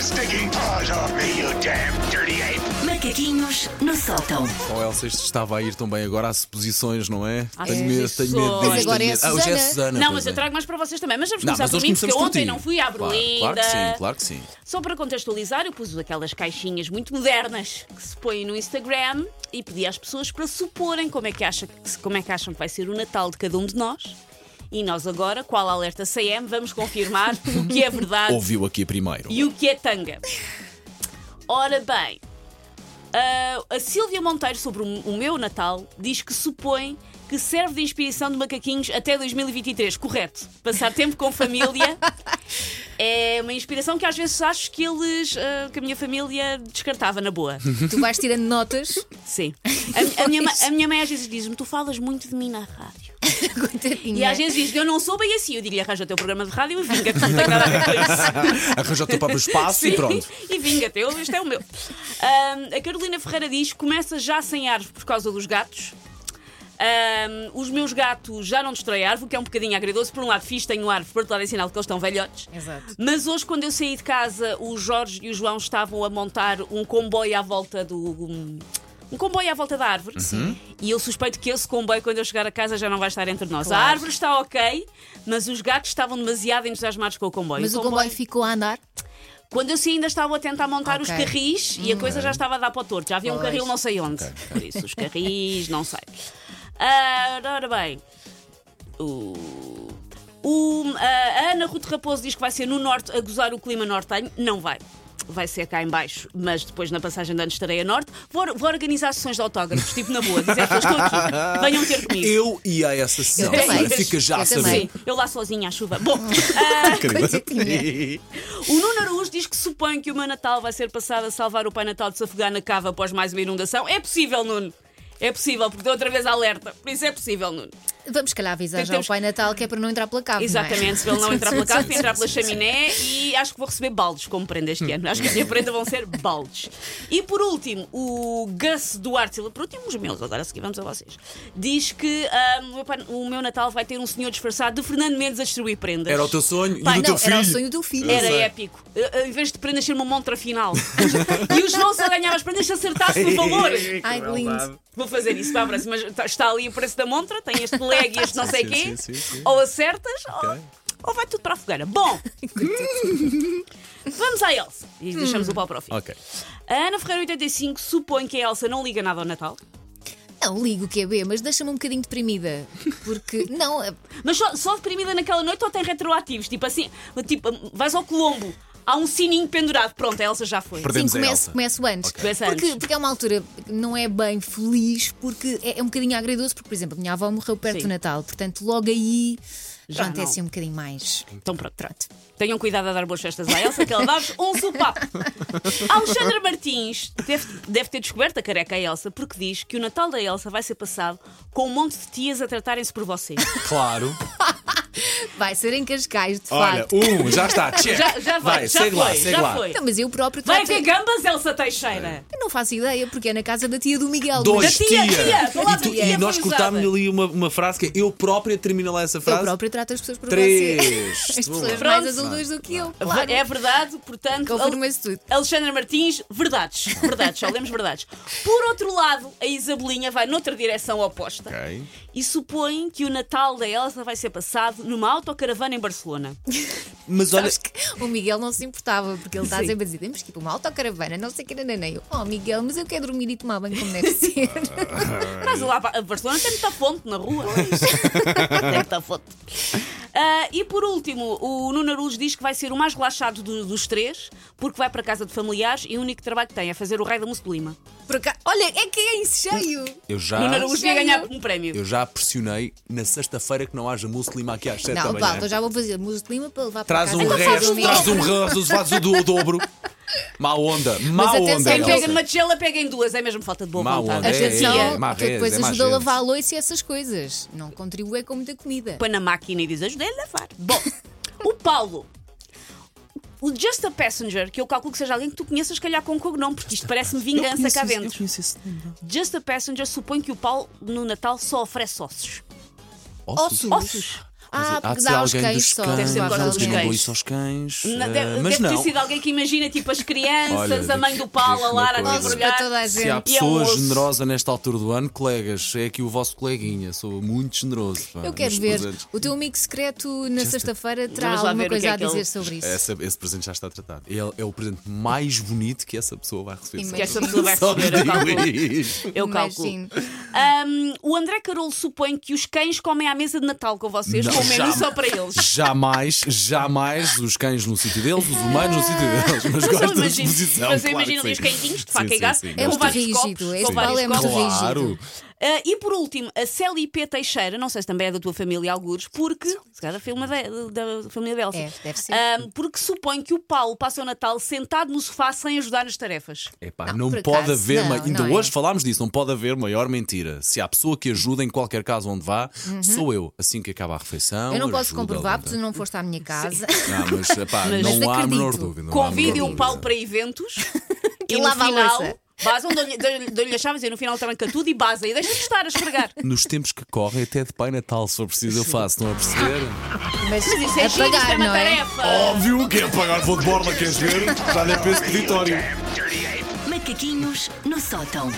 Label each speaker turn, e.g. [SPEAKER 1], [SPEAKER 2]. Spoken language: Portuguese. [SPEAKER 1] sticking paws off me, you damn dirty ape!
[SPEAKER 2] Macaquinhos no sótão.
[SPEAKER 3] O Elsa este estava a ir também agora às suposições, não é?
[SPEAKER 4] Às
[SPEAKER 3] tenho medo, tenho medo
[SPEAKER 4] suposições.
[SPEAKER 3] disto.
[SPEAKER 5] Mas agora
[SPEAKER 3] tenho
[SPEAKER 5] é a
[SPEAKER 3] medo. Ah, hoje é a
[SPEAKER 5] Susana.
[SPEAKER 3] Susana.
[SPEAKER 4] Não,
[SPEAKER 3] pois
[SPEAKER 4] mas eu
[SPEAKER 3] é.
[SPEAKER 4] trago mais para vocês também, mas vamos
[SPEAKER 3] Não,
[SPEAKER 4] começar
[SPEAKER 3] mas
[SPEAKER 4] por
[SPEAKER 3] hoje
[SPEAKER 4] mim, porque
[SPEAKER 3] começamos por ti.
[SPEAKER 4] ontem não fui à
[SPEAKER 3] Claro,
[SPEAKER 4] Berlinda.
[SPEAKER 3] Claro que sim, claro que sim.
[SPEAKER 4] Só para contextualizar, eu pus aquelas caixinhas muito modernas que se põem no Instagram e pedi às pessoas para suporem como é que, acha, como é que acham que vai ser o Natal de cada um de nós. E nós agora, qual alerta CM, vamos confirmar o que é verdade
[SPEAKER 3] Ouviu aqui primeiro.
[SPEAKER 4] e o que é tanga. Ora bem, ah, a Silvia Monteiro, sobre o, o meu Natal, diz que supõe que serve de inspiração de macaquinhos até 2023. Correto. Passar tempo com família é uma inspiração que às vezes acho que eles, ah, que a minha família descartava na boa.
[SPEAKER 5] Tu vais tirando notas.
[SPEAKER 4] Sim. A, a minha, ma-
[SPEAKER 5] Pois.
[SPEAKER 4] a minha mãe às vezes diz-me: Tu falas muito de mim na rádio.
[SPEAKER 5] Coitadinha.
[SPEAKER 4] E às vezes diz que eu não sou bem assim. Eu diria: Arranja o teu programa de rádio e vinga, que não tem nada a ver com isso.
[SPEAKER 3] Arranja o teu próprio espaço e
[SPEAKER 4] Sim,
[SPEAKER 3] pronto.
[SPEAKER 4] E vinga-te, eu- este é o meu. Ahm, a Carolina Ferreira diz: começa já sem árvore por causa dos gatos. Ahm, os meus gatos já não destroem a árvore, o que é um bocadinho agridoso. Por um lado, fiz, tenho árvore, por outro lado, é sinal de que eles estão velhotes.
[SPEAKER 5] Exato.
[SPEAKER 4] Mas hoje, quando eu saí de casa, o Jorge e o João estavam a montar um comboio à volta do. Um, um comboio à volta da árvore.
[SPEAKER 3] Uhum.
[SPEAKER 4] Sim. E eu suspeito que esse comboio, quando eu chegar a casa, já não vai estar entre nós.
[SPEAKER 5] Claro.
[SPEAKER 4] A árvore está ok, mas os gatos estavam demasiado entusiasmados com o comboio.
[SPEAKER 5] Mas o comboio ficou a andar.
[SPEAKER 4] Quando eu saí, ainda estava a tentar montar os
[SPEAKER 5] Ok. Hum.
[SPEAKER 4] carris e a coisa já estava a dar para o torto. Já havia um
[SPEAKER 5] Pois.
[SPEAKER 4] carril não sei onde. Por isso, os carris, não sei. Ah, ora bem. O... o- a Ana Ruth Raposo diz que vai ser no norte a gozar o clima nortenho. Não vai. Vai ser cá em baixo, mas depois na passagem de ano estarei a norte. Vou, or- vou organizar sessões de autógrafos, tipo na boa, dizer que eu estou aqui. Venham ter comigo.
[SPEAKER 3] Eu ia a essa sessão.
[SPEAKER 5] também.
[SPEAKER 3] Susana, Fica já
[SPEAKER 5] Eu
[SPEAKER 3] a saber.
[SPEAKER 4] Sim,
[SPEAKER 5] também.
[SPEAKER 4] eu lá sozinha à chuva. Bom,
[SPEAKER 5] Coitadinha.
[SPEAKER 4] O Nuno Araújo diz que supõe que o meu Natal vai ser passado a salvar o Pai Natal de se afogar na cava após mais uma inundação. É possível, Nuno. É possível, porque deu outra vez alerta. Por isso é possível, Nuno.
[SPEAKER 5] Vamos, se calhar, avisar já
[SPEAKER 4] Temos-
[SPEAKER 5] o Pai Natal que é para não entrar pela cave. não é?
[SPEAKER 4] Exatamente, se ele não entrar pela casa, tem que entrar pela chaminé e acho que vou receber baldes como prenda este ano. Acho que a minha prenda vão ser baldes. E por último, o Gus Duarte, por último, os meus, agora a seguir vamos a vocês, diz que ah, o meu pai- o meu Natal vai ter um senhor disfarçado de Fernando Mendes a distribuir prendas.
[SPEAKER 3] Era o teu sonho
[SPEAKER 4] Pai,
[SPEAKER 3] e do teu
[SPEAKER 5] Não,
[SPEAKER 3] filho.
[SPEAKER 5] era o sonho do filho.
[SPEAKER 4] Era
[SPEAKER 3] sei.
[SPEAKER 4] épico. Eh, eh, Em vez de prendas ser uma montra final. e o João só ganhava as prendas se acertasse no valor.
[SPEAKER 5] Ai, que lindo.
[SPEAKER 4] Vou fazer isso para a próxima. Está- tá, Está ali o preço da montra, tem este leg e este não sei
[SPEAKER 3] Sim,
[SPEAKER 4] quê.
[SPEAKER 3] sim, sim, sim.
[SPEAKER 4] Ou acertas
[SPEAKER 3] Ok.
[SPEAKER 4] ou, ou vai tudo para a fogueira. Bom, vamos à Elsa. E deixamos o pau para o fim.
[SPEAKER 3] Ok.
[SPEAKER 4] A Ana Ferreira 85 supõe que a Elsa não liga nada ao Natal.
[SPEAKER 5] Não ligo que é B, mas deixa-me um bocadinho deprimida. Porque, não, é-
[SPEAKER 4] Mas só, só deprimida naquela noite ou tem retroativos? Tipo assim, tipo, vais ao Colombo, há um sininho pendurado. Pronto, a Elsa já foi.
[SPEAKER 3] Perdemos
[SPEAKER 5] Sim,
[SPEAKER 3] a
[SPEAKER 5] começo,
[SPEAKER 3] Elsa.
[SPEAKER 5] começo antes.
[SPEAKER 3] Ok.
[SPEAKER 4] Começa
[SPEAKER 5] porque,
[SPEAKER 4] antes.
[SPEAKER 5] porque é uma altura que não é bem feliz, porque é, é um bocadinho agridoso, porque, por exemplo, a minha avó morreu perto
[SPEAKER 4] Sim.
[SPEAKER 5] do Natal, portanto, logo aí
[SPEAKER 4] Já
[SPEAKER 5] já
[SPEAKER 4] não.
[SPEAKER 5] acontece um bocadinho mais.
[SPEAKER 4] Então pronto.
[SPEAKER 5] Pronto.
[SPEAKER 4] Tenham cuidado a dar boas festas à Elsa, que ela dá-vos um sopapo. Alexandra Martins deve, deve ter descoberto a careca Elsa, porque diz que o Natal da Elsa vai ser passado com um monte de tias a tratarem-se por vocês.
[SPEAKER 3] Claro.
[SPEAKER 5] Vai ser em Cascais, de
[SPEAKER 3] Olha,
[SPEAKER 5] facto.
[SPEAKER 3] um, já está. Check.
[SPEAKER 4] Já, já vai, já
[SPEAKER 3] segue
[SPEAKER 4] foi,
[SPEAKER 3] lá, segue
[SPEAKER 4] já
[SPEAKER 3] lá.
[SPEAKER 4] foi.
[SPEAKER 5] Não, mas eu próprio
[SPEAKER 4] Vai
[SPEAKER 5] trato-
[SPEAKER 4] haver gambas, Elsa Teixeira.
[SPEAKER 5] Eu não faço ideia, porque é na casa da tia do Miguel.
[SPEAKER 3] Dois,
[SPEAKER 5] mas-
[SPEAKER 4] Da tia, tia,
[SPEAKER 3] tia.
[SPEAKER 4] do lado
[SPEAKER 3] E tu-
[SPEAKER 4] da
[SPEAKER 3] e
[SPEAKER 4] tia
[SPEAKER 3] nós
[SPEAKER 4] foi
[SPEAKER 3] cortámos-lhe
[SPEAKER 4] usada.
[SPEAKER 3] ali uma, uma frase que é eu própria termino lá essa
[SPEAKER 5] Eu
[SPEAKER 3] frase.
[SPEAKER 5] próprio trato as pessoas por
[SPEAKER 3] Três.
[SPEAKER 5] vocês. As
[SPEAKER 3] Vamos
[SPEAKER 5] pessoas
[SPEAKER 4] lá.
[SPEAKER 5] mais
[SPEAKER 4] Pronto.
[SPEAKER 5] adultas do que eu.
[SPEAKER 4] Vai- É verdade, portanto.
[SPEAKER 5] Confirma-se tudo.
[SPEAKER 4] Alexandra Martins, verdades, verdades, só lemos verdades. Por outro lado, a Isabelinha vai noutra direção oposta
[SPEAKER 3] Ok.
[SPEAKER 4] e supõe que o Natal da Elsa vai ser passado numa autocaravana em Barcelona.
[SPEAKER 3] Mas olha,
[SPEAKER 5] Sabes que o Miguel não se importava, porque ele está
[SPEAKER 4] Sim.
[SPEAKER 5] sempre a dizer: temos que ir para uma autocaravana, não sei o que, nananã. Eu, oh Miguel, mas eu quero dormir e tomar banho como deve ser.
[SPEAKER 4] Mas lá a Barcelona tem muita fonte na rua. tem muita fonte. Ah, e por último, o Nuno Arulos diz que vai ser o mais relaxado do- dos três, porque vai para casa de familiares e o único trabalho que tem é fazer o raio da musculina.
[SPEAKER 5] Por acaso- olha, é que é em cheio.
[SPEAKER 3] eu
[SPEAKER 6] Ah.
[SPEAKER 3] já.
[SPEAKER 4] Nuno Arulos ia ganhar
[SPEAKER 5] Sério?
[SPEAKER 4] um prémio.
[SPEAKER 3] Eu já pressionei na sexta-feira que não haja muslima aqui às sete da
[SPEAKER 5] Não,
[SPEAKER 3] manhã.
[SPEAKER 5] Paulo, eu já vou fazer música de lima para levar
[SPEAKER 3] Traz
[SPEAKER 5] para
[SPEAKER 3] um
[SPEAKER 5] casa. Então faz
[SPEAKER 3] resto,
[SPEAKER 5] um
[SPEAKER 3] traz um
[SPEAKER 5] dobro.
[SPEAKER 3] resto, faz o do- o dobro. Má onda, má
[SPEAKER 5] atenção,
[SPEAKER 3] onda. é
[SPEAKER 4] Quem
[SPEAKER 5] Elsa.
[SPEAKER 4] pega numa tigela, pega em duas. É mesmo falta de boa
[SPEAKER 3] Má
[SPEAKER 4] vontade.
[SPEAKER 3] onda, é,
[SPEAKER 5] Atenção,
[SPEAKER 3] é, é, má
[SPEAKER 5] que depois
[SPEAKER 3] rede, é má
[SPEAKER 5] ajuda a
[SPEAKER 3] gente.
[SPEAKER 5] lavar a louça e essas coisas. Não contribui é com muita comida.
[SPEAKER 4] põe na máquina e diz ajudei a lavar. Bom, o Paulo. O Just a Passenger, que eu calculo que seja alguém que tu conheças, se calhar com o cognome, porque isto parece-me vingança cá dentro. Just a Passenger supõe que o Paulo no Natal só oferece ossos.
[SPEAKER 5] Ossos.
[SPEAKER 4] Ossos.
[SPEAKER 6] há
[SPEAKER 5] Ah,
[SPEAKER 6] de
[SPEAKER 5] porque
[SPEAKER 6] ser
[SPEAKER 5] dá aos
[SPEAKER 6] alguém
[SPEAKER 5] cães
[SPEAKER 6] dos
[SPEAKER 5] só.
[SPEAKER 6] cães,
[SPEAKER 4] Deve ser por causa dos
[SPEAKER 6] alguém mandou
[SPEAKER 4] cães.
[SPEAKER 6] isso aos cães.
[SPEAKER 4] Não,
[SPEAKER 6] eh,
[SPEAKER 4] deve
[SPEAKER 6] mas
[SPEAKER 4] deve
[SPEAKER 6] não.
[SPEAKER 4] ter sido alguém que imagina, tipo, as
[SPEAKER 6] Olha,
[SPEAKER 4] crianças, a mãe do
[SPEAKER 6] digo-
[SPEAKER 4] Paulo a
[SPEAKER 6] digo-te uma
[SPEAKER 4] Lara a
[SPEAKER 6] coisa.
[SPEAKER 5] Vozes para
[SPEAKER 4] embrulhar.
[SPEAKER 5] toda a
[SPEAKER 6] Se há
[SPEAKER 5] gente.
[SPEAKER 4] E é um
[SPEAKER 6] pessoa
[SPEAKER 4] osso.
[SPEAKER 6] generosa nesta altura do ano, colegas, é aqui o vosso coleguinha. Sou muito generoso. pá,
[SPEAKER 5] Eu quero
[SPEAKER 6] nos
[SPEAKER 5] ver.
[SPEAKER 6] presentes.
[SPEAKER 5] O teu amigo secreto na sexta-feira terá
[SPEAKER 4] Vamos lá
[SPEAKER 5] alguma
[SPEAKER 4] ver o que
[SPEAKER 5] coisa
[SPEAKER 4] é
[SPEAKER 5] a
[SPEAKER 4] que ele-
[SPEAKER 5] dizer sobre isso.
[SPEAKER 6] Essa- esse presente já está tratado. É, é o presente mais bonito que essa pessoa vai receber.
[SPEAKER 5] Imagino.
[SPEAKER 4] Que esta pessoa vai
[SPEAKER 6] Só
[SPEAKER 4] receber, eu
[SPEAKER 6] digo
[SPEAKER 4] calculo.
[SPEAKER 6] isto.
[SPEAKER 4] Eu calculo.
[SPEAKER 5] Imagino.
[SPEAKER 4] Ahm, o André Carol supõe que os cães comem à mesa de Natal com vocês,
[SPEAKER 6] Não,
[SPEAKER 4] com o menu
[SPEAKER 6] jamais.
[SPEAKER 4] só para eles.
[SPEAKER 6] Jamais, jamais os cães no sítio deles, os humanos no sítio deles. Mas,
[SPEAKER 4] Mas eu
[SPEAKER 6] gosto da
[SPEAKER 4] imagino-
[SPEAKER 6] exposição.
[SPEAKER 4] mas eu
[SPEAKER 6] claro
[SPEAKER 4] imagino
[SPEAKER 6] que
[SPEAKER 4] ali
[SPEAKER 6] sim.
[SPEAKER 4] os cãezinhos de
[SPEAKER 6] Sim,
[SPEAKER 4] faca e
[SPEAKER 6] sim,
[SPEAKER 4] gato,
[SPEAKER 6] sim,
[SPEAKER 4] com
[SPEAKER 5] É
[SPEAKER 6] gosto.
[SPEAKER 5] muito
[SPEAKER 4] vários
[SPEAKER 5] rígido.
[SPEAKER 4] copos,
[SPEAKER 5] Esse
[SPEAKER 4] com
[SPEAKER 5] Paulo
[SPEAKER 4] vários
[SPEAKER 5] é muito
[SPEAKER 4] copos.
[SPEAKER 5] rígido.
[SPEAKER 6] Claro.
[SPEAKER 4] Ah, e por último, a Célia P. Teixeira, não sei se também é da tua família, algures, porque. Se calhar da, filma de- da família dela.
[SPEAKER 5] É, deve ser.
[SPEAKER 4] Ah, porque supõe que o Paulo passa o Natal sentado no sofá sem ajudar nas tarefas.
[SPEAKER 6] Epá,
[SPEAKER 5] Não,
[SPEAKER 6] não,
[SPEAKER 5] por
[SPEAKER 6] pode
[SPEAKER 5] acaso,
[SPEAKER 6] haver,
[SPEAKER 5] não,
[SPEAKER 6] ma- ainda
[SPEAKER 5] não é.
[SPEAKER 6] hoje falámos disso, não pode haver maior mentira. Se há pessoa que ajuda em qualquer caso onde vá,
[SPEAKER 4] Uhum.
[SPEAKER 6] sou eu, assim que acaba a refeição.
[SPEAKER 4] É um
[SPEAKER 5] Eu não posso
[SPEAKER 6] ajudo
[SPEAKER 5] comprovar
[SPEAKER 6] alguém.
[SPEAKER 5] porque tu não foste à minha casa.
[SPEAKER 6] Não, Ah, mas, epá,
[SPEAKER 4] Mas-
[SPEAKER 6] não
[SPEAKER 5] Mas
[SPEAKER 6] há a
[SPEAKER 5] acredito.
[SPEAKER 6] menor dúvida. não há a menor
[SPEAKER 4] Convide um o
[SPEAKER 6] dúvida.
[SPEAKER 4] Paulo para eventos e no
[SPEAKER 5] lava a
[SPEAKER 4] final.
[SPEAKER 5] louça.
[SPEAKER 4] Basam, dão-lhe dão-lhe- dão-lhe as chaves e no final tranca tudo e baza e deixa de estar a esfregar.
[SPEAKER 6] Nos tempos que correm, até de Pai Natal, se for preciso, eu faço, não a perceber?
[SPEAKER 4] Mas
[SPEAKER 5] Mas
[SPEAKER 4] isso é giro, isto é
[SPEAKER 5] apagar,
[SPEAKER 4] uma
[SPEAKER 5] não é?
[SPEAKER 4] tarefa.
[SPEAKER 6] Óbvio que é pagar vou de borla, queres ver? Já nem penso
[SPEAKER 1] You damn dirty ape.
[SPEAKER 2] Macaquinhos no sótão.